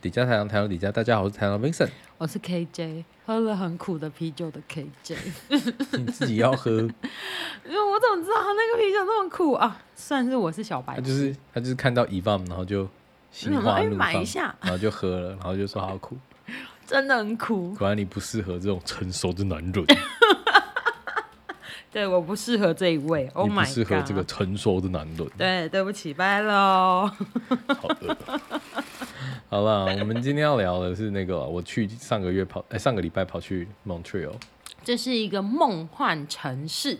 底加台郎，台郎底加，大家好，我是台郎 Vincent。我是 KJ，喝了很苦的啤酒的 KJ，你自己要喝， 因为我怎么知道他那个啤酒那么苦啊？算是我是小白他，就是他就是看到 Evan，然后就心嗯花哎怒放，买一下然后就喝了，然后就说好苦，真的很苦。果然你不适合这种成熟的男人，对，我不适合这一位，Oh 你不 my god，适合这个成熟的男人。对，对不起，拜喽。好饿。 好啦，我们今天要聊的是那个我去上个月跑，哎、上个礼拜跑去 Montreal，这是一个梦幻城市，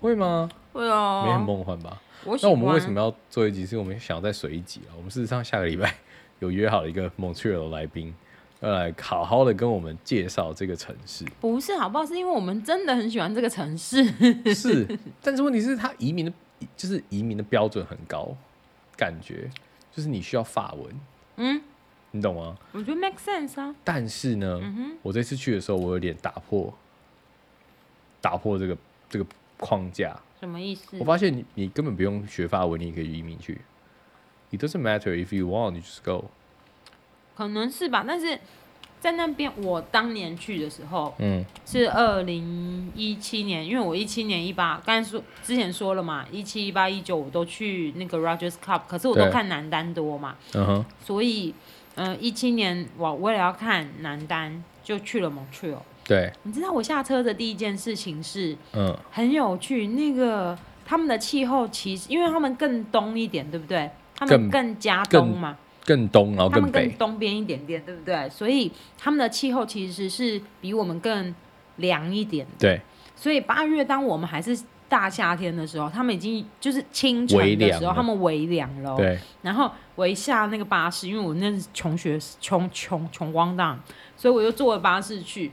会吗？ 对没很哦，梦幻吧？我喜那欢我们为什么要做一集？是我们想要再水一集啊。我们事实上下个礼拜 有约好了一个 Montreal 的来宾，要来好好的跟我们介绍这个城市。不是好不好？是因为我们真的很喜欢这个城市。 是，但是问题是，他移民的，就是移民的标准很高，感觉就是你需要法文，嗯，你懂吗？我觉得 make sense 啊。但是呢，我这次去的时候，我有点打破打破这个这个框架。什么意思我？发现你你根本不用学法文，你也可以移民去。It doesn't matter if you want, you just go。可能是吧，但是在那边我当年去的时候，嗯，是二零一七年，因为我一七年一八，刚才说之前说了嘛，一七一八一九我都去那个 Rogers Cup，可是我都对看男单多嘛，嗯哼，所以呃一七年我为了要看男单就去了 Montreal。对，你知道我下车的第一件事情是嗯，很有趣，那个他们的气候其实因为他们更东一点，对不对？他更们更加更东嘛，更东然后他更们更北，东边一点点，对不对？所以他们的气候其实是比我们更凉一点的对，所以八月当我们还是大夏天的时候，他们已经就是清晨微的凉时候，了他们微凉了哦。对，然后我一下那个巴士，因为我那是穷学穷穷穷光蛋，所以我就坐了巴士去，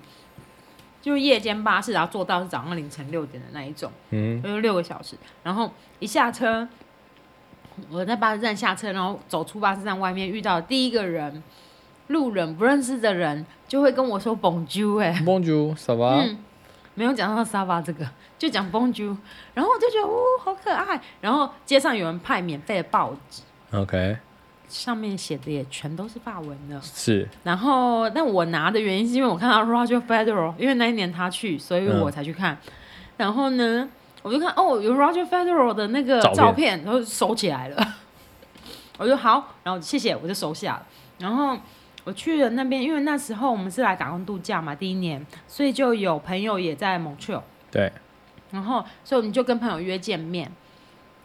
就是夜间巴士，然后坐到是早上凌晨六点的那一种，嗯，就是六个小时。然后一下车，我在巴士站下车，然后走出巴士站外面遇到的第一个人，路人不认识的人就会跟我说 Bonjour 哎、 Bonjour, ça va？嗯，没有讲到沙发这个，就讲 Bonjour，然后我就觉得哦，好可爱。然后街上有人派免费的报纸， OK，上面写的也全都是法文的。是，然后，但我拿的原因是因为我看到 Roger Federer，因为那一年他去，所以嗯我才去看。然后呢，我就看哦，有 Roger Federer 的那个照片照片，然后收起来了。 我就好，然后谢谢，我就收下了。然后我去了那边，因为那时候我们是来打工度假嘛，第一年，所以就有朋友也在 Montreal，对，然后所以我们就跟朋友约见面。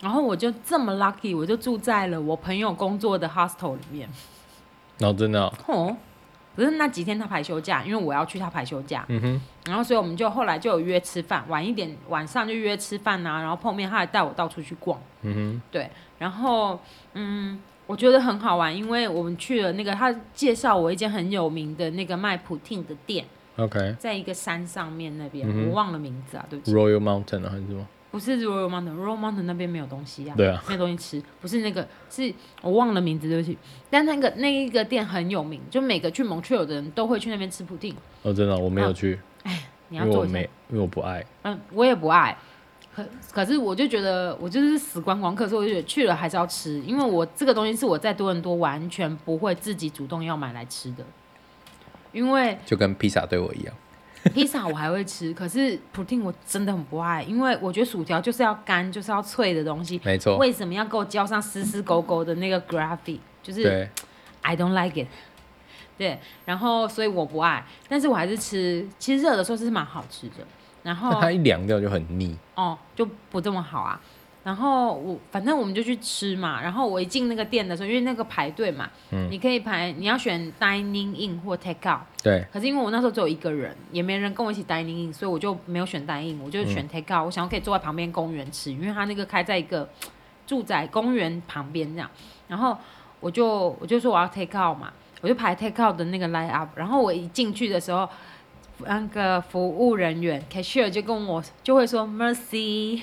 然后我就这么 lucky，我就住在了我朋友工作的 hostel 里面。然后真的哦，哦，可是那几天他排休假，因为我要去他排休假，嗯哼，然后所以我们就后来就有约吃饭，晚一点晚上就约吃饭呐、然后碰面，他还带我到处去逛，嗯对，然后嗯，我觉得很好玩，因为我们去了那个他介绍我一间很有名的那个卖普汀的店，哼，OK。在一个山上面那边，嗯哼我忘了名字啊，对不起， Royal Mountain 啊，还是什么？不是 Royal Mountain，Royal Mountain 那边没有东西啊，对啊，没有东西吃，不是那个，是我忘了名字，对不起。但那个那一个店很有名，就每个去蒙雀友的人都会去那边吃普丁。哦，真的哦，我没有啊去，你因要为我做一下没，，因为我不爱。嗯，我也不爱。可可是我就觉得我就是死观光客，所以我就觉得去了还是要吃，因为我这个东西是我在多伦多完全不会自己主动要买来吃的，因为就跟披萨对我一样。披萨我还会吃， 可是普丁我真的很不爱，因为我觉得薯条就是要干，就是要脆的东西，没错，为什么要给我浇上丝丝狗狗的那个 graphic？就是对， I don't like it。对，然后所以我不爱，但是我还是吃。其实热的时候是蛮好吃的，那然 后它一凉掉就很腻。哦就不这么好啊。然后我反正我们就去吃嘛。然后我一进那个店的时候，因为那个排队嘛，嗯你可以排，你要选 dining in 或 take out。对，可是因为我那时候只有一个人，也没人跟我一起 dining in，所以我就没有选 dining，in，我就嗯选 take out、我想要可以坐在旁边公园吃，因为它那个开在一个住宅公园旁边这样。然后我就我就说我要 take out 嘛，我就排 take out 的那个 line up。然后我一进去的时候，那个服务人员 cashier 就跟我就会说 mercy，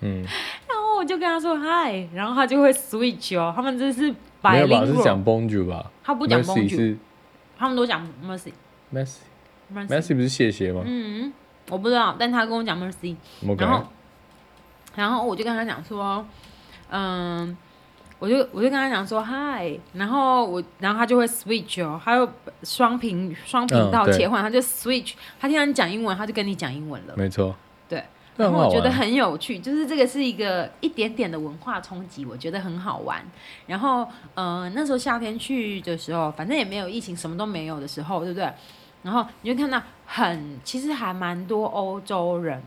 嗯， 然后我就跟他说 hi，然后他就会 switch 哦，他们这是没百有灵吧？是讲 Bonjour 吧？他不讲 Merci bonjour，是他们都讲 mercy Messi。 mercy。 Messi 不是谢谢吗？嗯，我不知道，但他跟我讲 mercy，我们然后感，然后我就跟他讲说，嗯，我就我就跟他讲说嗨，然后我然后他就会 switch 哦，他又双频双频嗯道对切换，他就 switch，他听到你讲英文，他就跟你讲英文了。没错，对，那然很好后我觉得玩。很有趣，就是这个是一个一点点的文化冲击，我觉得很好玩。然后，呃，那时候夏天去的时候，反正也没有疫情，什么都没有的时候，对不对？然后你就看到很，其实还蛮多欧洲人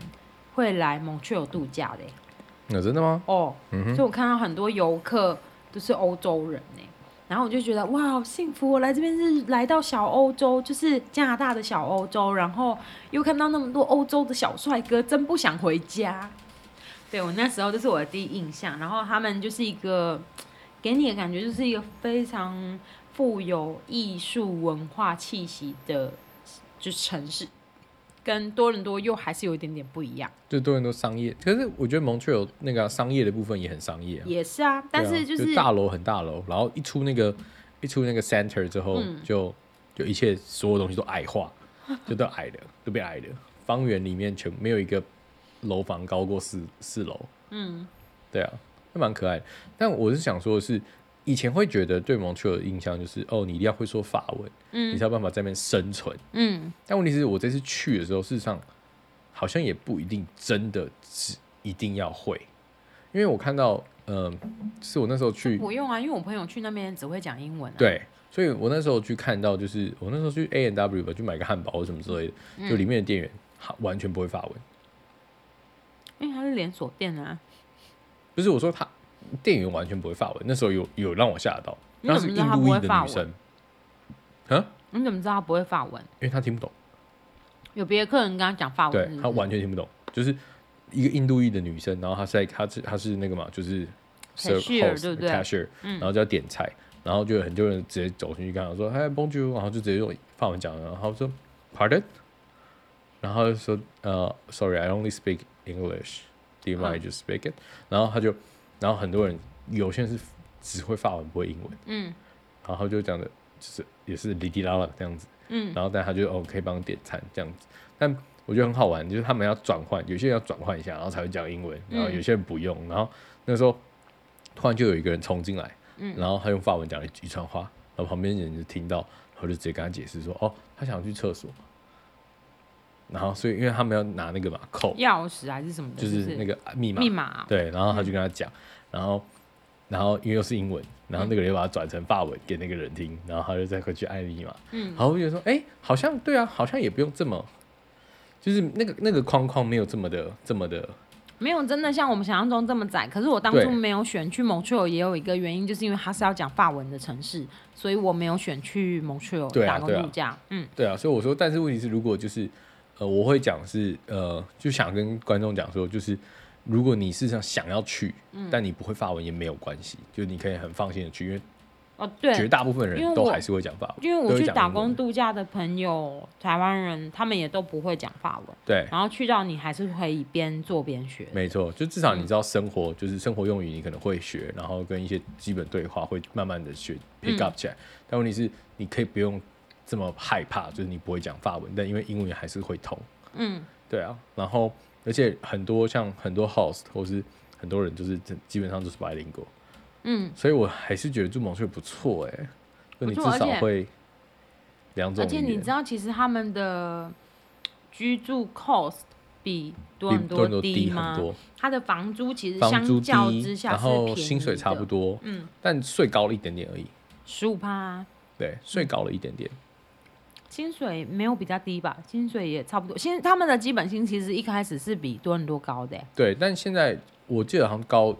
会来蒙特尔度假的耶欸那、真的吗？哦，嗯所以我看到很多游客都是欧洲人呢。然后我就觉得哇，好幸福！哦我来这边是来到小欧洲，就是加拿大的小欧洲，然后又看到那么多欧洲的小帅哥，真不想回家。对我那时候这是我的第一印象，然后他们就是一个给你的感觉就是一个非常富有艺术文化气息的就城市，跟多伦多又还是有一点点不一样。就多伦多商业，可是我觉得蒙特有那个啊、商业的部分也很商业、啊，也是啊，但对是啊就是大楼很大楼，然后一出那个一出那个 center 之后，嗯就就一切所有东西都矮化，就都矮的，都变矮的。方圆里面全没有一个楼房高过四四楼，嗯，对啊，那蛮可爱的。但我是想说的是，以前会觉得对蒙特的印象就是，哦，你一定要会说法文，嗯，你才有办法在那边生存。嗯但问题是我这次去的时候，事实上好像也不一定真的只一定要会，因为我看到，嗯、是我那时候去，不用啊，因为我朋友去那边只会讲英文啊。，嗯对，所以我那时候去看到，就是我那时候去 A N W 吧，去买个汉堡或什么之类的，就里面的店员、哈完全不会法文，因为它是连锁店啊。不是我说他店员完全不会法文，那时候有有让我吓到，你然怎后是印么知道他不度会裔的法女文生，啊，你怎么知道他不会法文？因为他听不懂。有别的客人跟他讲法文对是不是，他完全听不懂，就是一个印度裔的女生，然后她是在她是她是那个嘛，就是 serve Cashier， host，对不对嗯 cashier，然后就要点菜，然后就有很多人直接走进去跟她说嗨 b o n j o u 然后就直接用法文讲了，然后她说 pardon，然后她就说呃、s o r r y i only speak English，do you 嗯 mind just speak it？、然后他就，然后很多人有些人是只会法文不会英文，嗯然后他就讲的，就是也是哩哩啦啦这样子，嗯，然后但他就哦可以帮我点餐这样子，但我觉得很好玩，就是他们要转换，有些人要转换一下，然后才会讲英文，嗯然后有些人不用，然后那时候突然就有一个人冲进来，嗯然后他用法文讲了一串话，然后旁边人就听到，然后就直接跟他解释说，哦，他想去厕所，然后所以因为他们要拿那个嘛扣，钥匙还是什么的，就是是那个密码密码啊。对，然后他就跟他讲，然后然后因为又是英文，然后嗯那个人又把它转成法文给那个人听，然后他就再回去艾丽嘛，嗯，然后我就说，哎、好像对啊，好像也不用这么，就是那个那个框框没有这么的这么的，没有真的像我们想象中这么窄。可是我当初对没有选去蒙特尔，也有一个原因，就是因为它是要讲法文的城市，所以我没有选去蒙特尔对啊打工对啊度假。嗯，对啊，所以我说，但是问题是，如果就是呃，我会讲是呃，就想跟观众讲说，就是。如果你事实上想要去，嗯但你不会法文也没有关系，就你可以很放心的去，因为哦绝对。大部分因为人都我还是会讲法文，因为都我会去讲打英文工度假的朋友，台湾人他们也都不会讲法文，对，然后去到你还是可以边做边学。没错，就至少你知道生活、就是生活用语，你可能会学，然后跟一些基本对话会慢慢的学嗯 pick up 起来。但问题是，你可以不用这么害怕，就是你不会讲法文，但因为英文还是会通。嗯，对啊，然后而且很多像很多 host 或是很多人就是真基本上都是白领国，嗯，所以我还是觉得住蒙特不错哎、就你至不错而少且会两种而语且你言知。道，其实他们的居住 cost 比多比伦多伦多低低吗？很多，它的房租其实房租相低较之，下然是便宜后的，薪水差不多，嗯，但税高了一点点而已。十五趴，对，税嗯高了一点点。薪水没有比较低吧？薪水也差不多。薪他们的基本薪其实一开始是比多伦多高的欸、对，但现在我记得好像高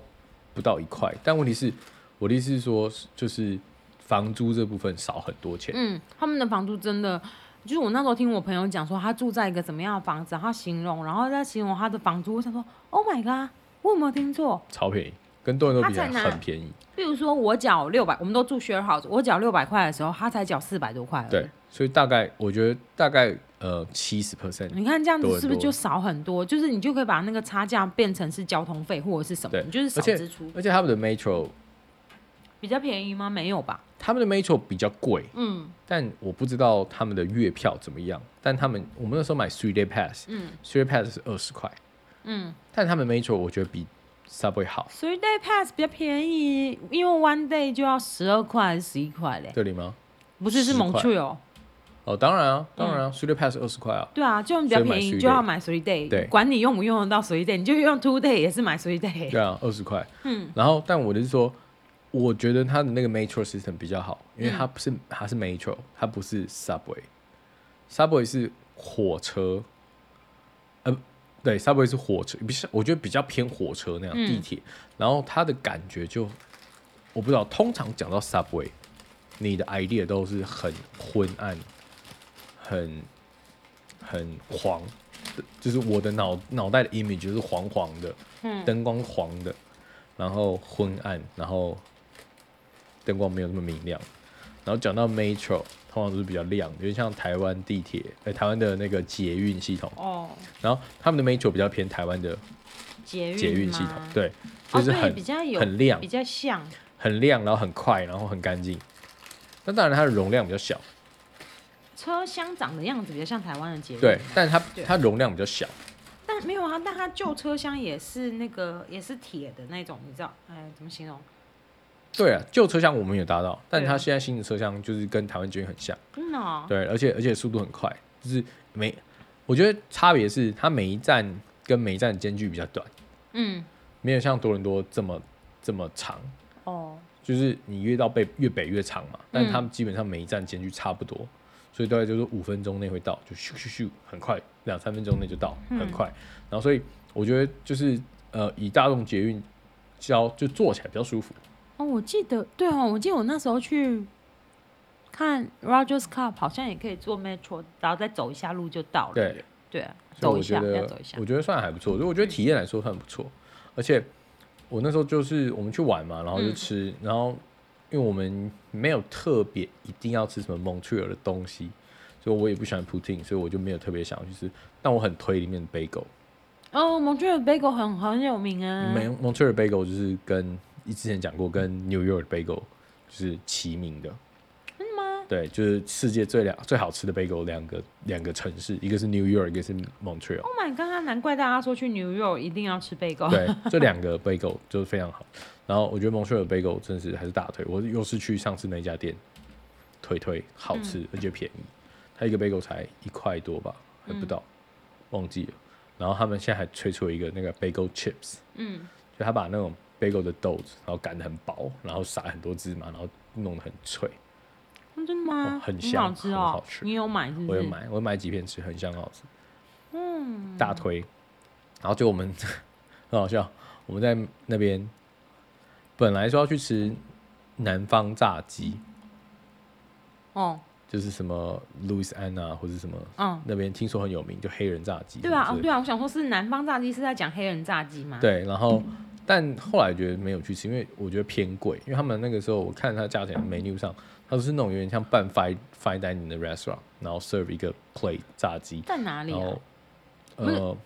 不到一块，但问题是，我的意思是说，就是房租这部分少很多钱。嗯，他们的房租真的。就是我那时候听我朋友讲说，他住在一个怎么样的房子，他形容，然后再形容他的房租，我想说，Oh my god，我有没有听错？超便宜，跟多伦多比起来它在哪很便宜。比如说我缴六百，我们都住 share house，我缴六百块的时候，他才缴四百多块而已。对，所以大概我觉得大概呃七十 percent，你看这样多子很是不是多就少很多？就是你就可以把那个差价变成是交通费或者是什么，对你就是少而且支出，而且他们的 metro，比较便宜吗？没有吧？他们的 metro 比较贵，嗯，但我不知道他们的月票怎么样。但他们我们那时候买 three day pass，嗯，three day pass 是二十块，嗯，但他们 metro 我觉得比 Subway 好， Three day pass 比较便宜，因为 one day 就要十二块还是十一块嘞？这里吗？不是，是10蒙块趣哦。哦，当然啊，当嗯然啊 s u p e r Pass 二十块啊，对啊，就比较所以买便宜， three 你就要买 three day，对管你用不用得到 three day，你就用 two day 也是买 three day。对啊，二十块。嗯，然后但我的是说，我觉得它的那个 metro system 比较好，因为它不是、它是 metro，它不是 subway。subway 是火车，呃，对，subway 是火车，不是，我觉得比较偏火车那样、地铁。然后它的感觉就，我不知道，通常讲到 subway，你的 idea 都是很昏暗，很很黄，就是我的脑脑袋的 image 就是黄黄的，嗯灯光黄的，然后昏暗，然后灯光没有那么明亮。然后讲到 metro，通常都是比较亮的，有点像台湾地铁，呃，台湾的那个捷运系统。哦，然后他们的 metro 比较偏台湾的捷运捷运系统吗，对，哦就是对很、比较有很亮比，较像。很亮，然后很快，然后很干净。那当然它的容量比较小，车厢长的样子比较像台湾的捷运，对，但它对它容量比较小，但没有啊，但它旧车厢也是那个也是铁的那种，你知道？哎，怎么形容？对啊，旧车厢我们有达到，但对啊它现在新的车厢就是跟台湾捷运很像，真的、哦，对，而且而且速度很快，就是每我觉得差别是它每一站跟每一站的间距比较短，嗯，没有像多伦多这么这么长，哦，就是你越到北越北越长嘛，但他们基本上每一站间距差不多，所以大概就是五分钟内会到，就咻咻咻，很快，两三分钟内就到，很快。然后所以我觉得就是呃，以大众捷运交就坐起来比较舒服，哦，我记得，对哦，我记得我那时候去看 Rogers Cup，好像也可以坐 Metro，然后再走一下路就到了。对，对啊，所以走我一觉下，要得走一下我。觉得算还不错，所以我觉得体验来说算不错，而且我那时候就是我们去玩嘛，然嗯后就吃，然后因为我们没有特别一定要吃什么蒙特尔的东西。所以我也不喜欢 poutine，所以我就没有特别想要去吃，但我很推里面的 bagel，哦，蒙特尔 bagel 很很有名啊。蒙蒙特尔 bagel 就是跟之前讲过，跟 New York bagel 就是齐名的。真的吗？对，就是世界最两最好吃的 bagel 两个两个城市，一个是 New York，一个是 Montreal。 Oh my god！难怪大家说去 New York 一定要吃 bagel。对，这两个 bagel 就是非常好。然后我觉得 Montreal 的 bagel 真是还是大推，我又是去上次那家店推推，好吃、嗯而且便宜，它一个 bagel 才一块多吧，还不到，嗯忘记了。然后他们现在还推出了一个那个 bagel chips，嗯，就他把那种 bagel 的豆子，然后擀得很薄，然后撒很多芝麻，然后弄得很脆。哦真的吗？哦很好香吃很哦好。吃你有买是不是？我有。买，我有买几片吃，很香，很好吃。嗯，大推。然后就我们 很好笑，我们在那边本来说要去吃南方炸鸡，哦，就是什么路易斯安啊，或者什么嗯，那边听说很有名，就黑人炸鸡什对么啊，之哦类的。对啊，我想说是南方炸鸡是在讲黑人炸鸡吗？对，然后但后来觉得没有去吃，因为我觉得偏贵，因为他们那个时候我看它价钱 menu 上，它都是那种有点像半 fine fine dining 的 restaurant，然后 serve 一个 plate 炸鸡，在哪里然啊后？呃，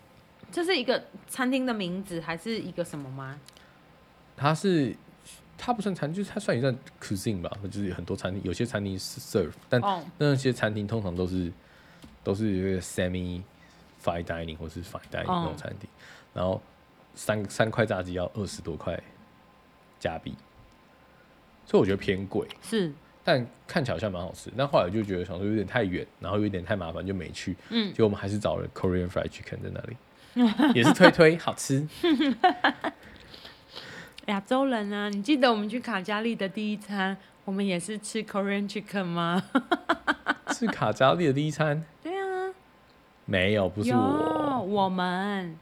这是一个餐厅的名字还是一个什么吗？它是它不算餐，就是它算一算 cuisine 吧，就是有很多餐厅，有些餐厅是 serve，但哦，那些餐厅通常都是都是有一个 semi fine dining 或是 fine dining 哦那种餐厅，然后三三块炸鸡要二十多块加币，所以我觉得偏贵，是，但看起来好像蛮好吃。但后来就觉得想说有点太远，然后有点太麻烦，就没去。嗯结果我们还是找了 Korean Fried Chicken 在那里，也是推推好吃。亚洲人啊，你记得我们去卡加利的第一餐，我们也是吃 Korean chicken 吗？是卡扎利的第一餐？对啊，没有，不是有我。我们，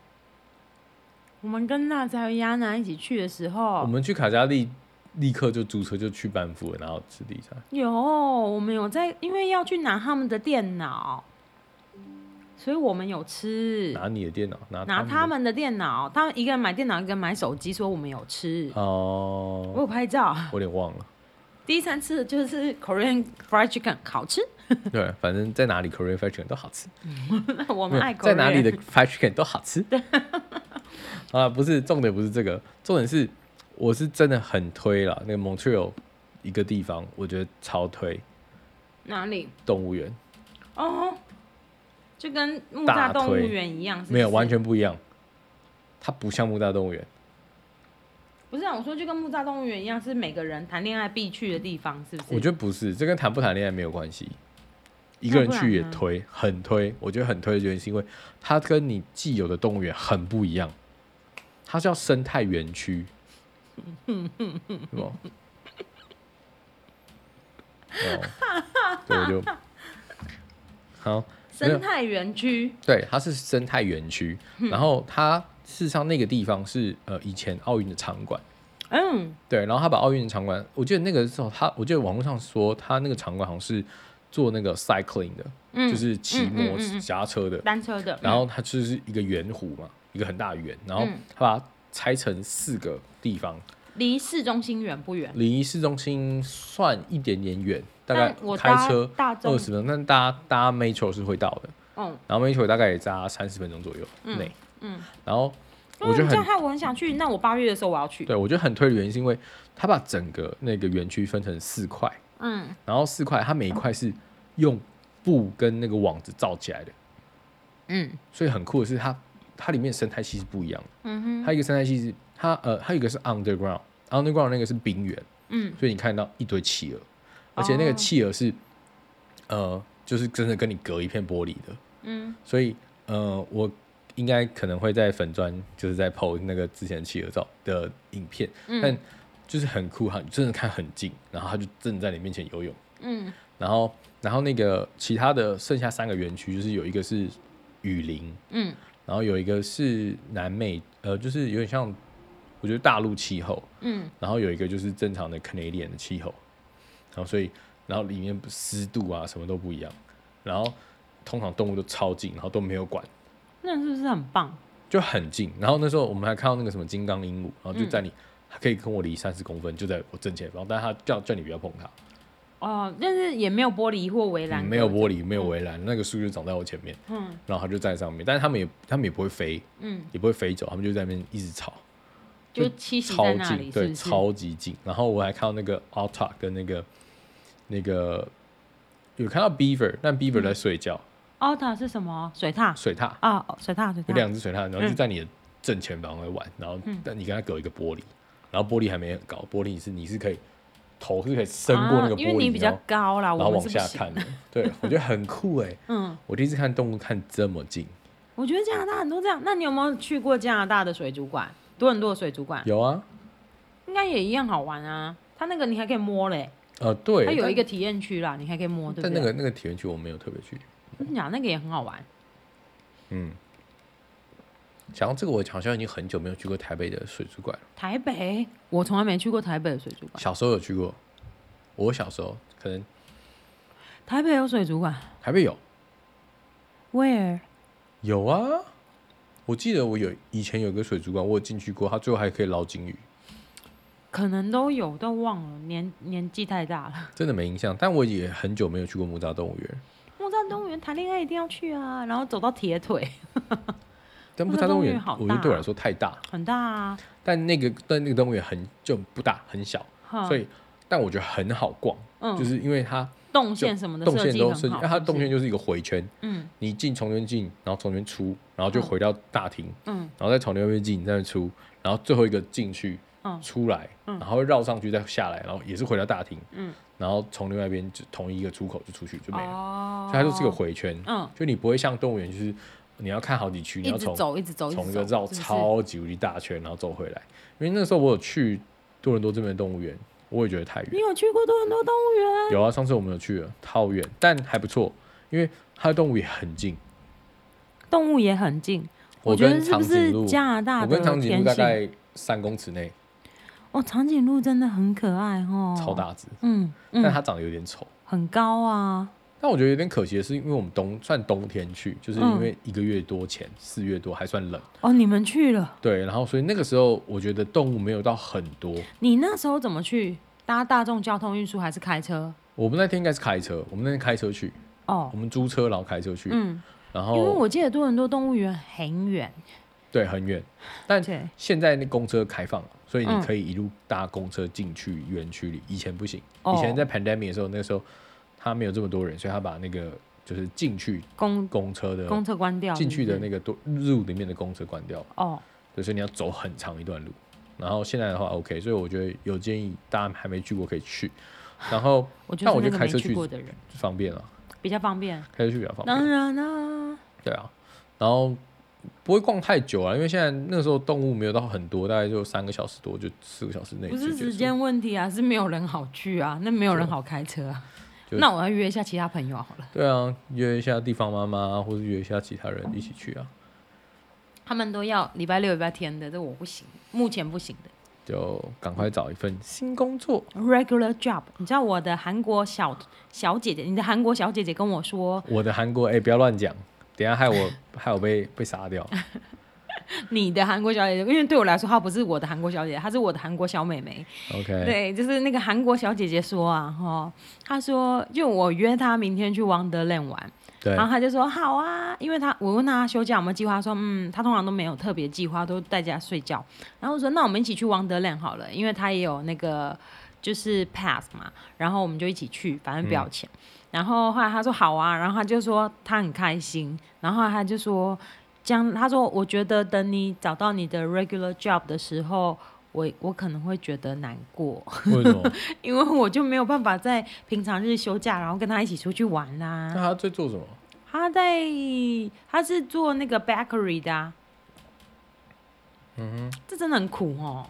我们跟辣椒亚娜一起去的时我候，们去卡加利，立刻就租车就去班夫了，然后吃第一餐。有我们有在，因为要去拿他们的电脑，所以我们有吃。拿你的电脑，拿拿啊他他们们的电脑，他们一个人买电脑，一个人买手机，所以我们有吃的。啊哦、我有拍照。我有点忘了。第一餐吃的就是 Korean fried chicken，好吃。 对，反正在哪里 Korean fried chicken 都好吃，我没们爱有 Korean。嗯在哪里的 fried chicken 都好 吃。啊，不是重点，不是这个，重点是我是真的很推了那个 Montreal 一个地方，我觉得超推哪里？动物园，哦，就跟木栅动物园一样，是不是没有完全不一样，它不像木大动物园，不是啊，我说就跟木栅动物园一样，是每个人谈恋爱必去的地方，是不是？我觉得不是，这跟谈不谈恋爱没有关系。一个人去也推，很推。我觉得很推的原因是因为它跟你既有的动物园很不一样，它叫生态园区，是吗？哦，对，我就好。没有生态园区，对，它是生态园区，然后它事实上那个地方是呃以前奥运的场馆，嗯，对，然后他把奥运场馆，我记得那个时候他，我记得网络上说他那个场馆好像是做那个 cycling 的，嗯就是骑嗯嗯摩嗯嗯夹车的，单车的，然后它就是一个圆弧嘛，一个很大的圆，然后嗯他把它拆成四个地方，离市中心远不远？离市中心算一点点远，大但概我开搭车大众二十分钟，但搭搭 metro 是会到的，嗯，然后 metro 大概也搭三十分钟左右内，嗯，然后我哦觉得你很这样害我很想去。那我八月的时候我要去。对，我觉得很推的原因是因为他把整个那个园区分成四块，嗯，然后四块它每一块是用布跟那个网子罩起来的，嗯所以很酷的是它它里面生态系是不一样的，嗯哼，它一个生态系是它呃它有一个是 underground，underground 那个是冰原，嗯，所以你看到一堆企鹅，而且那个哦企鹅是、呃就是真的跟你隔一片玻璃的，嗯，所以呃，我应该可能会在粉砖，就是在 PO 那个之前企鹅照的影片，嗯但就是很酷，很真的看很近，然后他就正在你面前游泳，嗯然后然后那个其他的剩下三个园区，就是有一个是雨林，嗯然后有一个是南美，呃，就是有点像我觉得大陆气候，嗯然后有一个就是正常的 Canadian 的气候，然后所以然后里面湿度啊什么都不一样，然后通常动物都超近，然后都没有管，那是不是很棒？就很近。然后那时候我们还看到那个什么金刚鹦鹉，然后嗯就在你、它可以跟我离三十公分，就在我正前方，但它叫叫你不要碰它，哦，但是也没有玻璃或围栏，嗯没有玻璃，没有围栏，那个树就长在我前面，嗯然后它就在上面，但是它们也它们也不会飞，嗯，也不会飞走，它们就在那边一直吵，就就栖息超在那近，里，是对，不是？超级近。然后我还看到那个 o t a 跟那个那个有看到 Beaver，但嗯 Beaver 在睡觉，奥塔是什么？水獭水獭啊，哦水獭，水有獭。两只水獭，然后嗯就在你的正前方在玩，然后但你跟它隔一个玻璃，然后玻璃还没很高，玻璃是你是可以头是可以伸过那个玻啊璃，因为你比较然后高啦，然后啊我们往是不下行。看的，对我觉得很酷哎、 嗯，我第一次看动物看这么近，我觉得加拿大很多这样。那你有没有去过加拿大的水族馆？多伦多的水族馆有啊，应该也一样好玩啊。它那个你还可以摸嘞，呃对，它有一个，个体验区啦，你还可以摸，对不但对？那个那个体验区我没有特别去，我跟你讲，那个也很好玩。嗯，想到这个我好像已经很久没有去过台北的水族馆了，台北，我从来没去过台北的水族馆。小时候有去过，我小时候可能台北有水族馆台北有，Where？有啊。我记得我有以前有个水族馆，我有进去过，它最后还可以捞金鱼。可能都有，都忘了，年年纪太大了。真的没印象，但我也很久没有去过木栅动物园。木栅动物园谈恋爱一定要去啊，然后走到铁腿， 但木木栅栅动动物物园园，好大哦我觉得对我来说太大，很大啊。但那个但那个动物园很就不大，很小，哈所以但我觉得很好逛，嗯就是因为它动就线什么的动设线计都很设计，啊好。它是不动是线就是一个回圈，嗯你进从那边进，然后从那边出，然后就嗯回到大厅，嗯然后再从那边进，再出，然后最后一个进去嗯出来，嗯然后会绕上去再下来，然后也是回到大厅，嗯，然后从另外一边就同一个出口就出去就没了，哦所以它就是个回圈，嗯，就你不会像动物园，就是你要看好几区，你一要直从走一直走一直走，从一个绕是不是超级无敌大圈，然后走回来。因为那时候我有去多伦多这边的动物园，我也觉得太你远。有去过多伦多动物园？有啊，上次我们有去了，超远，但还不错，因为它的动物也很近。动物也很近，我觉得跟是长不颈是鹿，加拿大我的跟长颈天鹿大性？概三公尺内，哦，长颈鹿真的很可爱哦，超，大只，嗯但嗯，它长得有点丑。很高啊，但我觉得有点可惜的是，因为我们冬算冬天去，就是因嗯为一个月多前，四月多还算冷，哦，你们去了，对。然后所以那个时候我觉得动物没有到很多，你那时候怎么去？搭大众交通运输还是开车？我们那天应该是开车，我们那天开车去，哦我，们租车然后开车去，嗯，然因为后我记得多伦多动物园很远，对很远，但对，现在那公车开放了，所以嗯你可以一路搭公车进去园区里。以前不行，哦以前在 pandemic 的时候，那时候他没有这么多人，所以他把那个就是进去公公车的公车关掉，啊进去是的不那是个多路里面的公车关掉，哦，所以你要走很长一段路，然后现在的话 OK，所以我觉得有建议大家还没去过可以去。然后我就但是我觉那个得没开车去去过的人，方便啊，比较方便。开车去比较方便。当然啦、对啊，然后不会逛太久啊，因为现在那个时候动物没有到很多，大概就三个小时多，就四个小时内不就是结束时间问题啊，是没有人好去啊，那没有人好开车啊。就那我要约一下其他朋友好了，对啊，约一下地方妈妈，或者约一下其他人一起去啊，他们都要礼拜六、礼拜天的，这我不行，目前不行的。就赶快找一份新工作。 Regular job，你知道我的韩国小小姐姐，你的韩国小姐姐跟我说，我的韩国，哎、不要乱讲，等一下害我 害我被被杀掉。你的韩国小姐姐，因为对我来说她不是我的韩国小姐姐，她是我的韩国小妹妹。 OK，对，就是那个韩国小姐姐说啊，哦，她说就我约她明天去 Wonderland 玩，对然后她就说好啊，因为她我问她休假有没有计划，她说嗯，她通常都没有特别计划，都在家睡觉。然后我说那我们一起去 Wonderland 好了，因为她也有那个就是 pass 嘛，然后我们就一起去，反正不要钱。然后后来她说好啊，然后她就说她很开心，然后她就说这样，她说我觉得等你找到你的 regular job 的时候。我我可能会觉得难过，为什么？因为我就没有办法在平常日休假，然后跟他一起出去玩啦、那他在做什么？他在他是做那个 bakery 的、啊，嗯哼，这真的很苦哦。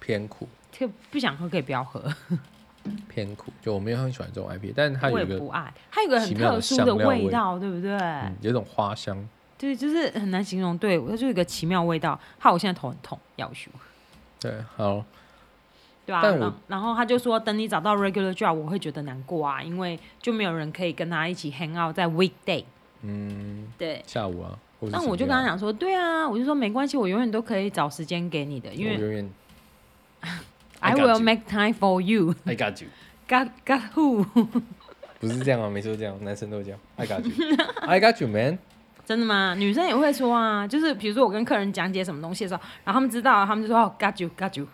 偏苦，这个不想喝可以不要喝，偏苦，就我没有很喜欢这种 IP，但是它我有也一个、不爱。它有个很奇妙的特殊香的料味道，对不对？嗯、有一种花香。对，就是很难形容。对，我就有一个奇妙味道，害我现在头很痛，要修。对，好，对啊，但我然然后他就说，等你找到 regular job，我会觉得难过啊，因为就没有人可以跟他一起 hang out 在 weekday。嗯，对，下午啊，或是但我就什么样跟他讲说，对啊，我就说没关系，我永远都可以找时间给你的，因我为永 远 I I will got you make time for you。 I got you。 God God who？ 不是这样啊，每次都这样，男生都这样。I got you，I got you man。真的吗？女生也会说啊，就是比如说我跟客人讲解什么东西的时候，然后他们知道了，他们就说哦 God you God you。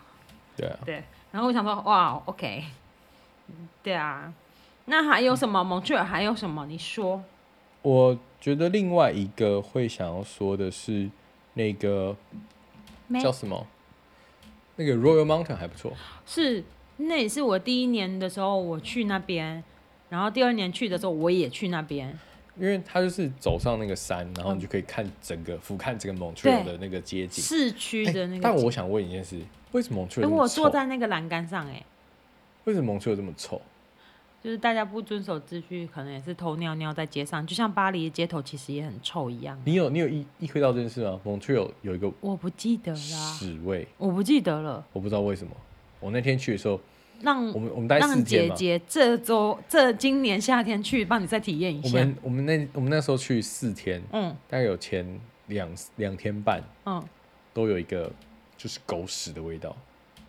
对啊，对，然后我想说哇 OK，对啊。那还有什么？蒙雀尔还有什么？你说我觉得另外一个会想要说的是，那个没叫什么？那个 Royal Mountain 还不错，是？那也是我第一年的时候我去那边，然后第二年去的时候我也去那边。因为它就是走上那个山，然后你就可以看整个俯瞰整个 Montreal 对的那个街景。市区的那个景。哎但我想问一件事，为什么 Montreal 如这果么我坐臭？在那个栏杆上、哎，为什么 Montreal 这么臭？就是大家不遵守秩序，可能也是偷尿尿在街上，就像巴黎的街头其实也很臭一样。你有你有意意会到这件事吗？Montreal 有一个我不记得啦，屎味，我不记得了。我不知道为什么。我那天去的时候，让我们我们待四让天姐嘛，姐这周这今年夏天去，帮你再体验一我下。们我们那我们那时候去四天，嗯大概有前两两天半嗯，都有一个就是狗屎的味道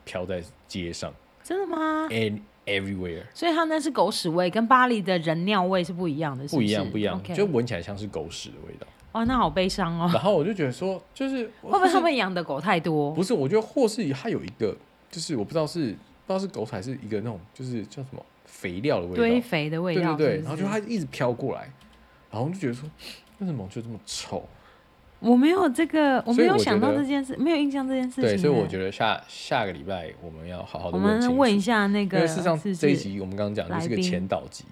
飘在街上真的吗？ ，and everywhere，所以它那是狗屎味，跟巴黎的人尿味是不一样的，是不一是样不一样 OK 就闻起来像是狗屎的味道。哇，那好悲伤哦。然后我就觉得说，就是会会不会他们养的狗太多？不是？我觉得或是它有一个，就是我不知道是不知道是狗屎还是一个那种就是叫什么肥料的味道，堆肥的味道，对对对，是不然后是就它一直飘过来，然后我就觉得说，为什么就这么臭？我没有这个，我所没以有我想觉到得这件事，没有印象这件事情欸。对，所以我觉得下下个礼拜我们要好好我的们清问楚一下那因个，为事实上是不这一是集我们刚刚讲来就是个宾前导集，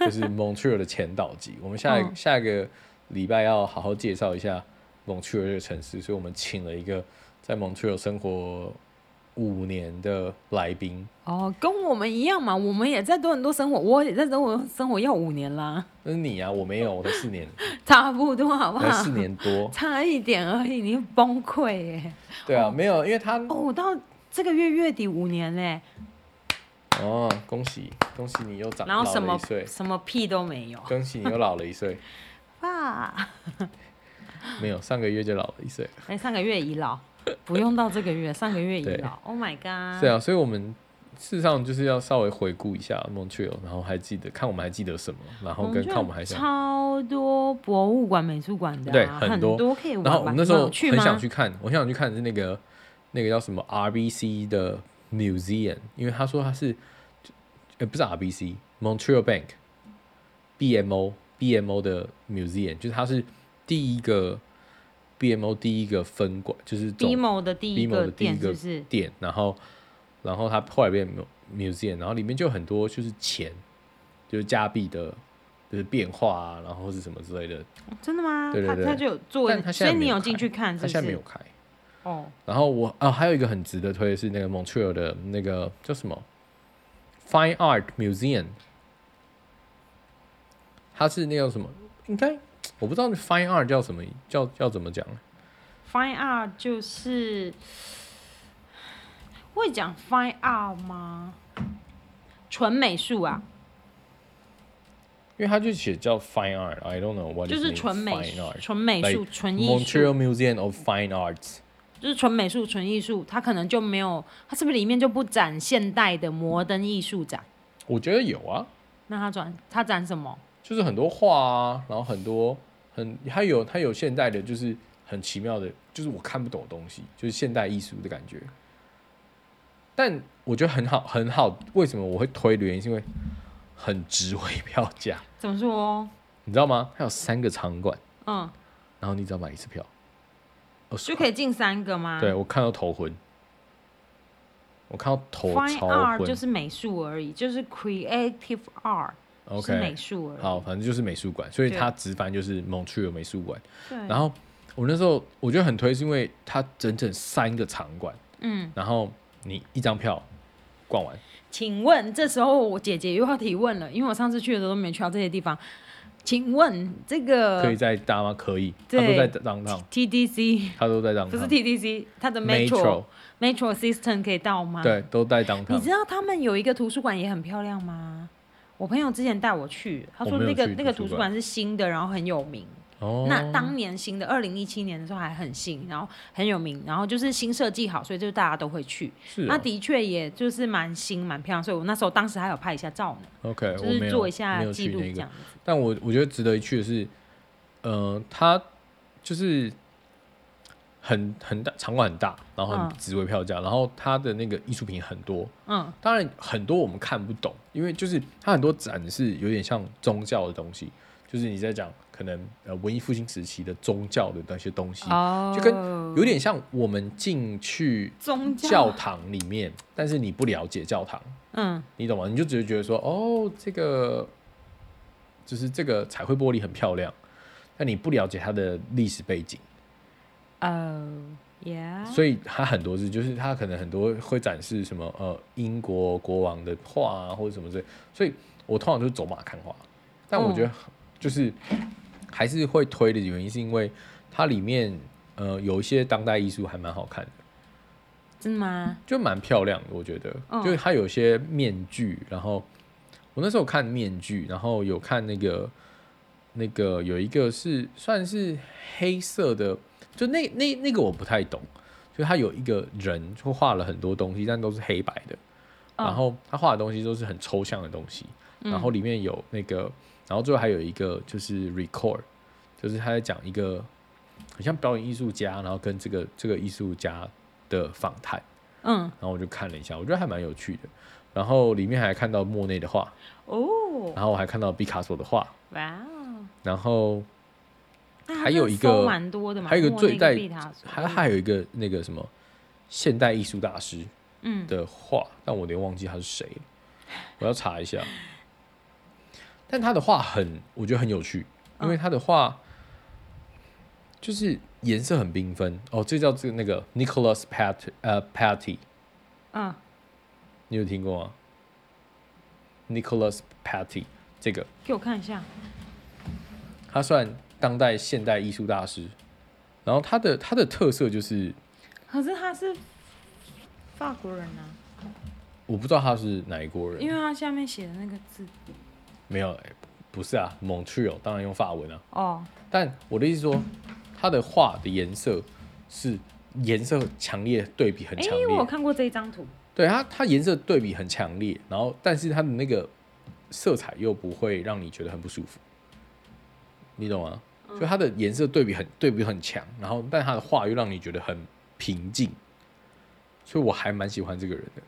就是 Montreal 的前导集。我们下一、嗯下一个礼拜要好好介绍一下 Montreal 这个城市，所以我们请了一个在 Montreal 生活五年的来宾。哦，跟我们一样嘛，我们也在多伦多生活，我也在多伦多生活要五年啦，那是你啊，我没有，我才四 年，差不多好不才好。四？年多差一点而已，你崩溃耶！对啊，没有，因为他哦，我到这个月月底五年嘞，哦，恭喜恭喜你又长然后老什了么一岁，什么屁都没有，恭喜你又老了一岁，爸，没有，上个月就老了一岁。哎，上个月已老，不用到这个月，上个月已对老，Oh my god！是啊，所以我们事实上就是要稍微回顾一下 Montreal，然后还记得看我们还记得什么，然后蒙跟特看我们还想。超多博物馆、美术馆的、啊，对很很多可以玩吧。然后我们那时你候有去很吗？想去看，我很想去看的是那个那个叫什么 RBC 的 museum，因为他说他是，呃，不是 RBC，Montreal Bank，BMO BMO 的 museum，就是它是第一个 BMO 第一个分馆，就是总 BMO 的第一 BMO 个的第一店是个不是？店，然后然后它后来变 mu- museum，然后里面就有很多就是钱，就是加币的，就是变化啊，然后是什么之类的，哦真的吗？对对对他他就有做但，他现所以在你没有进开去看它是现在不没是有？开。哦，然后我啊，还有一个很值得推的是那个 Montreal 的那个叫什么 Fine Art Museum，它是那个什么，应该我不知道 Fine Art 叫什么，叫叫怎么讲， Fine Art 就是会讲 Fine Art 吗？纯美术啊，因为它就写叫 Fine Art，I don't know what it 就是 means, 纯美 Fine Art 纯美术、 Like 纯艺术， Montreal Museum of Fine Arts，就是纯美术、纯艺术。它可能就没有，它是不是里面就不展现代的摩登艺术展？我觉得有啊，那它展它展什么？就是很多画啊，然后很多很它有它有现代的，就是很奇妙的，就是我看不懂的东西，就是现代艺术的感觉。但我觉得很好，很好。为什么我会推的原因，是因为很值回票价，怎么说？你知道 吗？它有三个场馆，嗯，然后你只要买一次票，二十就可以进三个吗？对我看到头昏，我看到头 Fine 超 Art 昏。就是美术而已，就是 Creative Art 是 OK，美术而已。好，反正就是美术馆，所以对嗯它直翻就是 Montreal 美术馆。对，然后我那时候我觉得很推，是因为它整整三个场馆，嗯，然后你一张票逛完，请问这时候我姐姐又要提问了，因为我上次去的时候都没去到这些地方。请问这可以个在大妈可以，它呃对都在当趟， TDC 它都在当不是趟 TDC，它的 Metro ，Metro Metro System 可以到吗？，对，都在当你趟知。道他们有一个图书馆也很漂亮吗？我朋友之前带我去，他说我没有那个去那个图图书书馆馆是新的，然后很有名。哦，那当年新的，二零一七年的时候还很新，然后很有名，然后就是新设计好，所以就大家都会去。是那哦的确也就是蛮新蛮漂亮，所以我那时候当时还有拍一下照呢， OK，就我没是有做一没下有记去录那这个样，子。但我我觉得值得一去的是，呃，它就是很很大场馆很大，然后嗯很值回票价，然后它的那个艺术品很多，嗯，当然很多我们看不懂，因为就是它很多展是有点像宗教的东西，就是你在讲可能呃文艺复兴时期的宗教的那些东西，哦就跟有点像我们进去宗教，堂里面，但是你不了解教堂，嗯，你懂吗？你就只是觉得说哦，这个就是这个彩绘玻璃很漂亮，但你不了解它的历史背景。呃，yeah，所以它很多是，就是它可能很多会展示什么呃英国国王的画啊，或者什么之类。所以我通常就是走马看花，但我觉得就是还是会推的原因是因为它里面呃有一些当代艺术还蛮好看的，真的吗？就蛮漂亮的。我觉得、嗯就是它有一些面具，然后我那时候看面具，然后有看那个那个有一个是算是黑色的，就那那那个我不太懂，就他有一个人就画了很多东西，但都是黑白的，嗯然后他画的东西都是很抽象的东西，然后里面有那个，然后最后还有一个就是 record，就是他在讲一个很像表演艺术家，然后跟这个这个艺术家的访谈，嗯，然后我就看了一下，我觉得还蛮有趣的。然后里面还看到莫内的画，哦，然后我还看到毕卡索的画，哇哦，然后那还有真的一个收蛮多的嘛，还有一个莫最内带跟毕塔索还还有一个那个什么现代艺术大师嗯的画，但我有点忘记他是谁，我要查一下。但他的画很，我觉得很有趣，嗯因为他的画就是颜色很缤纷哦。这叫这个那个 Nicholas Pat 呃 Patty，嗯，你有听过吗？Nicholas Patty 这个，给我看一下，他算当代现代艺术大师，然后他的他的特色就是可是他是法国人啊，我不知道他是哪一国人，因为他下面写的那个字，没有，哎不是啊，Montreal 当然用法文啊。哦，但我的意思说，他的画的颜色是颜色强烈对比很哎强，我有烈，看过这一张图，对它它颜色对比很强烈，然后但是它的那个色彩又不会让你觉得很不舒服，你懂吗？嗯就它的颜色对比很对比很强，然后但它的画又让你觉得很平静，所以我还蛮喜欢这个人的。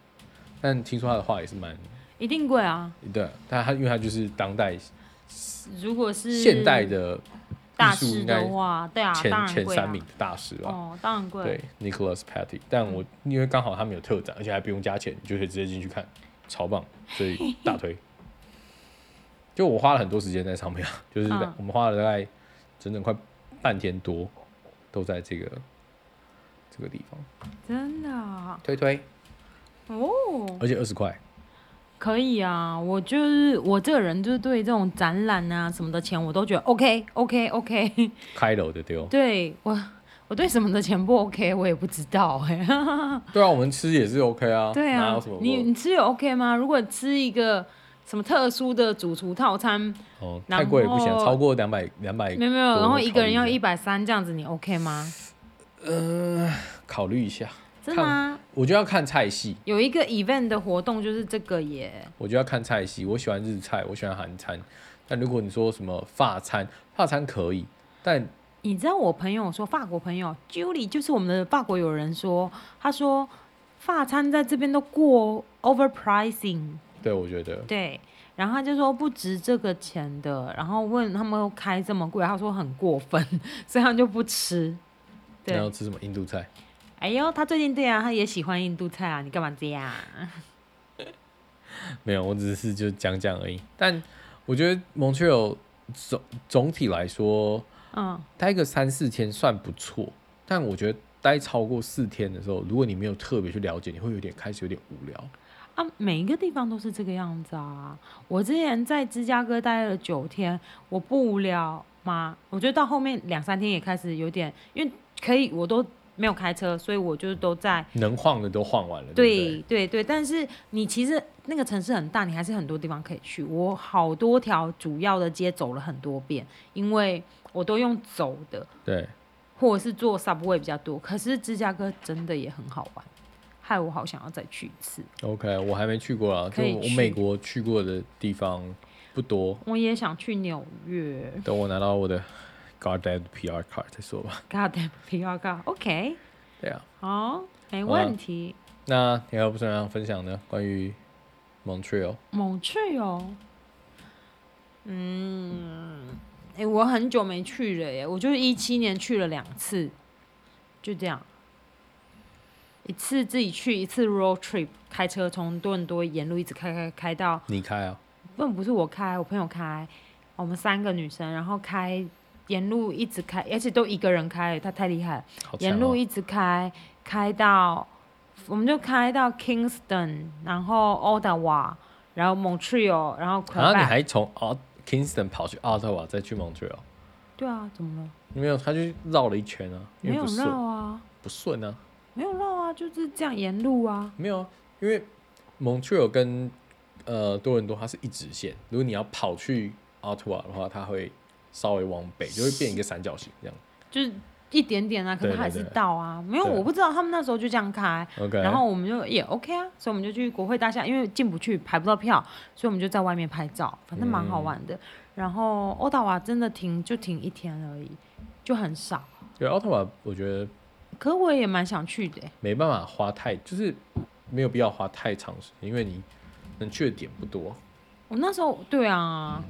但听说他的画也是蛮一定贵啊。对，但他因为他就是当代如果是现代的大艺术师应该的话，对啊，当前然前贵三啊名。的大师吧。哦，嗯当然贵。对，Nicholas Patty，但我因为刚好他们有特展，而且还不用加钱，你就可以直接进去看，超棒，所以大推。就我花了很多时间在上面啊， 就是在嗯我们花了大概整整快半天多，都在这个这个地方真的啊推推，哦，而且二十块，可以啊。我就是我这个人，就是对这种展览啊什么的钱，我都觉得 OK OK OK 开楼的丢。对我，我对什么的钱不 OK，我也不知道 哎、对啊，我们吃也是 OK 啊，对哪啊有什么，不你你吃有 OK 吗？如果吃一个什么特殊的主厨套餐，哦然太贵也不行啊，后超过两百两百没有没有，哎多欸然后考一个虑人要下一百三这样子，你 OK 吗？呃，考虑一下，真的吗？我就要看菜系，有一个 event 的活动就是这个耶，我就要看菜系。我喜欢日菜，我喜欢韩餐。但如果你说什么法餐，法餐可以，但你知道我朋友说，法国朋友 Julie 就是我们的法国友人说，他说法餐在这边都过 overpricing，对我觉得对，然后他就说不值这个钱的，然后问他们开这么贵，他说很过分，所以他们就不吃。你要对，吃什么印度菜，哎呦，他最近对啊，他也喜欢印度菜啊，你干嘛这样？没有，我只是就讲讲而已。但我觉得蒙特利尔总总体来说，嗯，待个三四天算不错，但我觉得待超过四天的时候，如果你没有特别去了解，你会有点开始有点无聊。啊，每一个地方都是这个样子啊。我之前在芝加哥待了九天，我不无聊吗？我觉得到后面两三天也开始有点，因为可以我都没有开车，所以我就都在。能晃的都晃完了，对不对对对，但是你其实那个城市很大，你还是很多地方可以去。我好多条主要的街走了很多遍，因为我都用走的，对？对，或者是坐 subway 比较多。可是芝加哥真的也很好玩，害我好想要再去一次。 OK，我还没去过啊，就可以我去美国去过的地方不多。我也想去纽约。等我拿到我的 Goddamn PR 卡再说吧。 God damn PR God，OK，、对啊，好，没好啊问题。那你还有不想分享呢？关于 Montreal 某去哦，嗯，哎、我很久没去了耶，我就是一七年去了两次，就这样，一次自己去，一次 road trip，开车从多伦多沿路一直开开开到你开啊？不不是我开，我朋友开，我们三个女生，然后开沿路一直开，而且都一个人开，他太厉害了，好强、沿路哦！一直开，开到我们就开到 Kingston，然后 Ottawa，然后 Montreal，然后 q u 然后、啊你还从 o Kingston 跑去奥特瓦，再去 Montreal？对啊，怎么了？没有，他就绕了一圈啊，因为没有不绕顺，啊，不顺啊，没有绕啊，就是这样沿路啊。没有啊，因为 Montreal 跟呃多伦多它是一直线，如果你要跑去奥特瓦的话，它会稍微往北，就会变一个三角形这样。就是一点点啊，可对是对还是对到啊。没有，对我不知道他们那时候就这样开。 OK，然后我们就也 OK 啊，所以我们就去国会大厦，因为进不去排不到票，所以我们就在外面拍照，反正蛮好玩嗯的。然后欧大瓦真的停就停一天而已，就很少。对奥特瓦，我觉得可我也蛮想去的欸、没办法花太，就是没有必要花太长时间，因为你能去的点不多。我那时候对啊，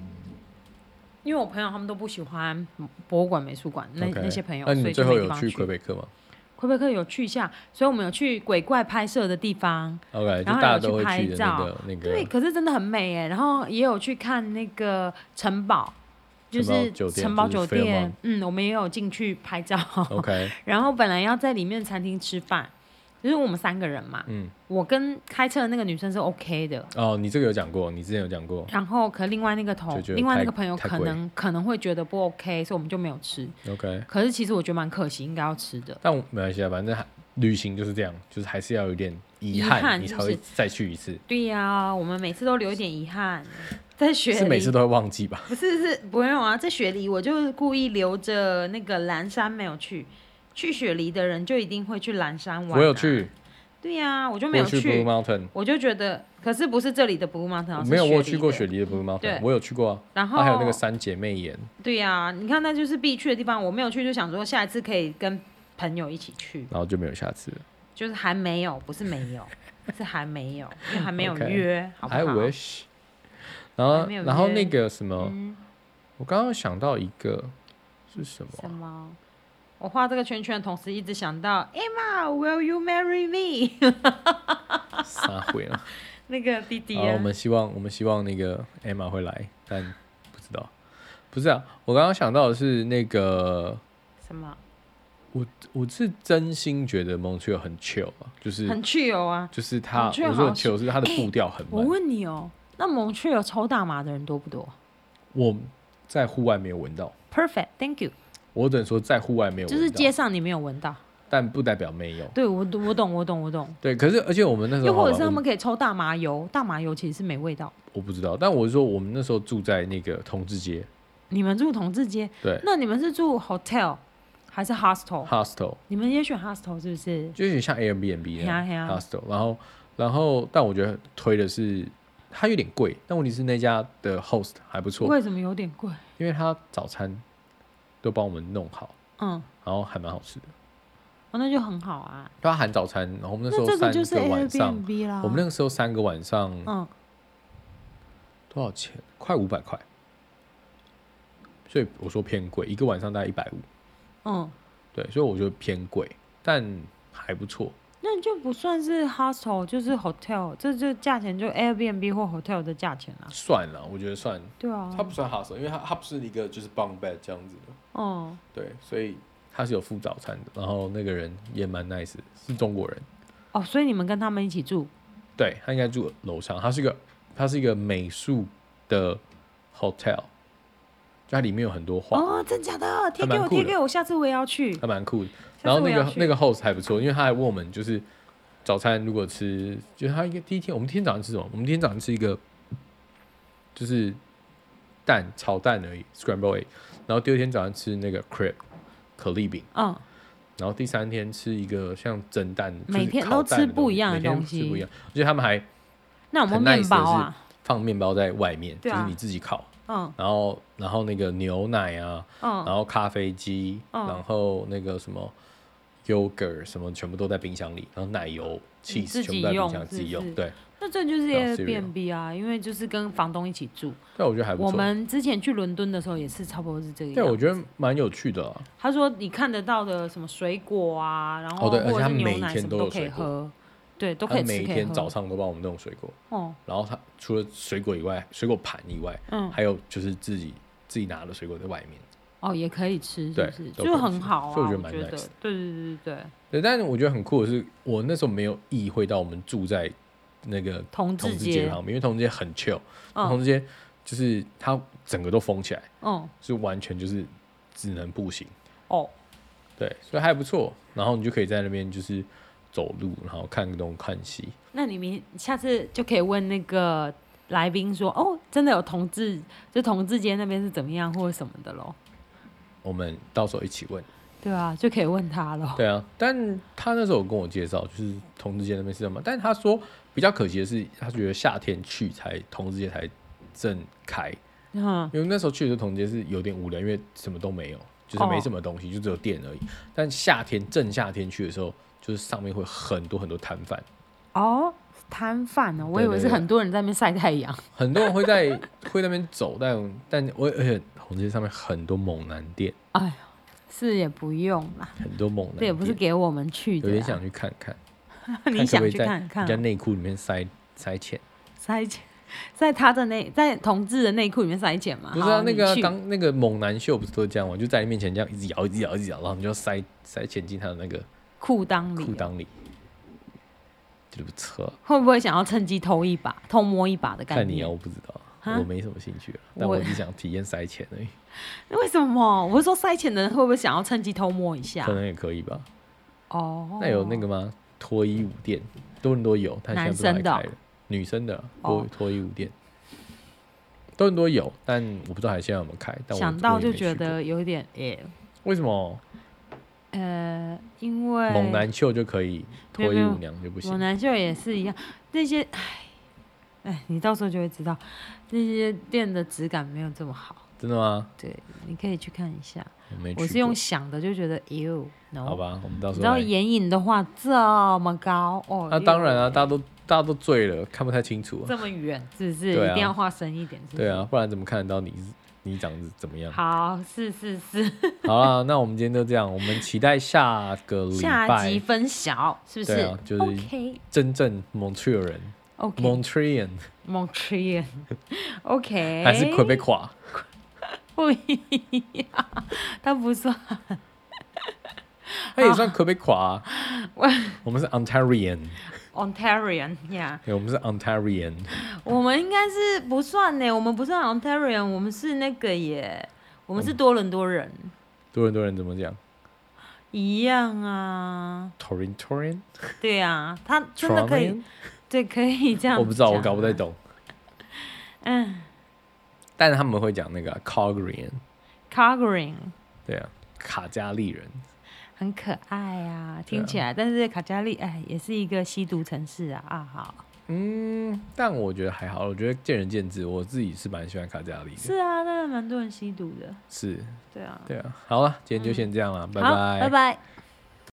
因为我朋友他们都不喜欢博物馆、美术馆那 OK 那些朋友，那所你最以就后没地有方去去魁北克吗魁北克有去一下，所以我们有去鬼怪拍摄的地方。 ？OK，就然后大家有去都会拍去的那个那对，个可是真的很美哎。然后也有去看那个城堡，就城堡是酒店城堡就是酒 Fairmont 店，嗯，我们也有进去拍 照。 OK，然后本来要在里面餐厅吃饭，就是我们三个人嘛，嗯，我跟开车的那个女生是 OK 的。哦，你这个有讲过，你之前有讲过然后可另外那个就同觉得另外太那个朋友太可贵能可能会觉得不 OK，所以我们就没有吃。 ，OK，可是其实我觉得蛮可惜，应该要吃的。但我没关系啊，反正还旅行就是这样，就是还是要有点遗遗憾，憾你是才不会是再去一次，对呀、我们每次都留一点遗憾，在雪是每梨次都会忘记吧？不是是不用啊，在雪梨我就故意留着那个蓝山没有去。去雪梨的人就一定会去蓝山玩、啊我有。去，对呀、我就我没有去 Blue Mountain，我就觉得，可是不是这里的 Blue Mountain，哦我是没有，我有梨去过的雪。梨的 Blue Mountain，对我有去过啊，然后它还有那个三姐妹岩，对呀、你看那就是必去的地方，我没有去就想说下一次可以跟朋友一起去，然后就没有下次了。就是还没有，不是没有，是还没有，因为还没有 OK 约好不 I 好？ wish。然后还没有，然后约那个什么，嗯，我刚刚想到一个是什么啊、什么？我画这个圈圈的同时，一直想到 Emma，Will you marry me？ 撒回啊！那个弟弟好，我啊，们希望我们希望那个 Emma 会来，但不知道。不是啊，我刚刚想到的是那个，什么我我是真心觉得 Montreal 很 chill 啊，就是很去油啊！就是他， Montreal 我说好的 chill 是他的哎步调很我慢。问你哦，那蒙雀有抽大麻的人多不多我在户外没有闻到， ？Perfect，Thank you。我只能说在户外没有闻到，就是街上你没有闻到，但不代表没有。对我我懂我懂我懂。对，可是而且我们那时候又好或玩，者是他我们可以抽大麻油，大麻油其实是没味道。我不知道，但我是说我们那时候住在那个同志街，你们住同志街，对那你们是住 hotel 还是 hostel？ ，hostel 你们也选 hostel 是不是？就有点像 Airbnb 那嘿啊样嘿啊 hostel，然后然后但我觉得推的是它有点贵，但问题是那家的 host 还不错，为什么有点贵？因为他早餐都帮我们弄好，嗯，然后还蛮好吃的。哦，那就很好啊。他含早餐，然后我们那时那候这个三就是个晚上， Airbnb 啦。我们那个时候三个晚上嗯，多少钱？快五百块。所以我说偏贵，一个晚上大概一百五，嗯，对，所以我觉得偏贵，但还不错。那就不算是 hostel，就是 hotel，这就价钱就 Airbnb 或 hotel 的价钱啦。算了，我觉得算，对啊它，不算 hostel，因为它它不是一个就是 bunk bed 这样子的，哦，对，所以它是有付早餐的。然后那个人也蛮 nice，的是中国人，哦，所以你们跟他们一起住，对他应该住楼上，他是一个他是一个美术的 hotel，就它里面有很多画，哦，真假的？贴给还我，蛮酷贴的给我，下次我也要去。还蛮酷的。下然后次我那也要个去那个 host 还不错，因为他还问我们就是早餐如果吃，就是他一个第一天我们今天早上吃什么？我们今天早上吃一个就是蛋炒蛋而已，scramble egg。然后第二天早上吃那个 crab 可丽饼，嗯，然后第三天吃一个像蒸蛋，就是每天烤都蛋吃的不一样的每天东西吃不一样。而且他们还那有没有很 nice 面包啊？放面包在外面，对就啊是你自己烤，嗯然后然后那个牛奶啊，嗯，然后咖啡机，嗯然后那个什么 yogurt 什么全部都在冰箱里，然后奶油、你 cheese 自己全部都在冰用箱自己用。是不是对，那这就是然后 Airbnb 啊，因为就是跟房东一起住。但我觉得还不我错。们之前去伦敦的时候也是差不多是这个对，我样。觉得蛮有趣的、啊。他说你看得到的什么水果啊，然后哦对或而且者他是牛每奶天什么都都有可以水果喝，对，都他可以每吃一可以天早喝。上都帮我们弄水果，哦，然后他除了水果以外，水果盘以外，嗯还有就是自己自己拿的水果在外面。哦，也可以吃，是对不是？都可以就吃很好啊，所以我我觉得得蛮 nice 的对对对对对，对，但是我觉得很酷的是，我那时候没有意会到我们住在那个同同志志街街，旁边，因为同志街很 chill，、嗯同志街就是它整个都封起来，嗯，是完全就是只能步行，哦，对，所以还不错。然后你就可以在那边就是走路，然后看东看西。那你明下次就可以问那个来宾说，哦，真的有同志，就同志街那边是怎么样或者什么的咯。我们到时候一起问，对啊，就可以问他咯。对啊。但他那时候有跟我介绍，就是同志街那边是什么，但他说比较可惜的是，他觉得夏天去才同志街才正开，嗯，因为那时候去的时候，同街是有点无聊，因为什么都没有，就是没什么东西，就只有店而已。但夏天正夏天去的时候，就是上面会很多很多摊贩，哦，摊贩哦呢？我以对对为是对很多人在那边晒太阳。很多人会在 会那边走，但但我而且同街上面很多猛男店，哎呀，是也不用啦，很多猛男这也店，不是给我们去有的点啦。想去看看， 你可不可想以去在看看人家啊？内裤里面塞塞钱？塞钱，在他的内，在同志的内裤里面塞钱吗？不是啊，好那个啊你去刚那个猛男秀不是都这样吗？就在你面前这样一直摇，一直摇，一直摇，然后你就塞塞钱进他的那个裤裆里裤啊，裆里，这不错。会不会想要趁机偷一把、偷摸一把的概看你念啊，？我不知道，哈我没什么兴趣啊，但我我只想体验塞钱而已，为什么？我是说塞钱的人会不会想要趁机偷摸一下可？能也可以吧。哦，那有那个吗？脱衣舞店，多伦多有，但现在不知道男生的还哦开了，女生的啊哦脱脱衣舞店，多伦多有，但我不知道还现在有没有开。但我想到我也就没去觉过得有一点耶。为什么呃，因为猛男秀就可以，没脱有衣没有舞娘就不猛行？男秀也是一样，那些唉唉，你到时候就会知道，那些店的质感没有这么好。真的吗？对，你可以去看一下。我没去过。我是用想的，就觉得 you no。好，吧，我们到你时知候道来。眼影的话这么高哦，那当然啊，大家都大家都醉了，看不太清楚哟，啊。这么远是不是？对啊啊一定要画深一点，是不是？对啊，不然怎么看得到你是你长得怎么样？好，是是是，好啦，那我们今天就这样，我们期待下个礼下集拜分晓，是不是、对啊就是 OK 真正 Montreal 人 OK ，Montreal Montreal OK 还是魁北垮？不一样， 他不算哎哦他也算魁北垮 啊。我们是 Ontarian， Ontarian 呀、对，我们是 Ontarian，我们应该是不算呢，我们不算 Ontarian，我们是那个耶，嗯我们是多伦多人，多伦多人怎么讲一样啊， ？Torontoan，对啊，他真的可以 Torontoan，对，可以这样、啊我不知道，我搞不太。懂。嗯但是他们会讲那个 Calgaryan， ，Covering 对啊，卡加利人。很可爱啊，听起来，但是卡加利哎也是一个吸毒城市啊啊好，嗯，但我觉得还好，我觉得见仁见智。我自己是蛮喜欢卡加利的，是啊，那蛮多人吸毒的，是，对啊，对啊。好了，今天就先这样了，拜嗯好，拜拜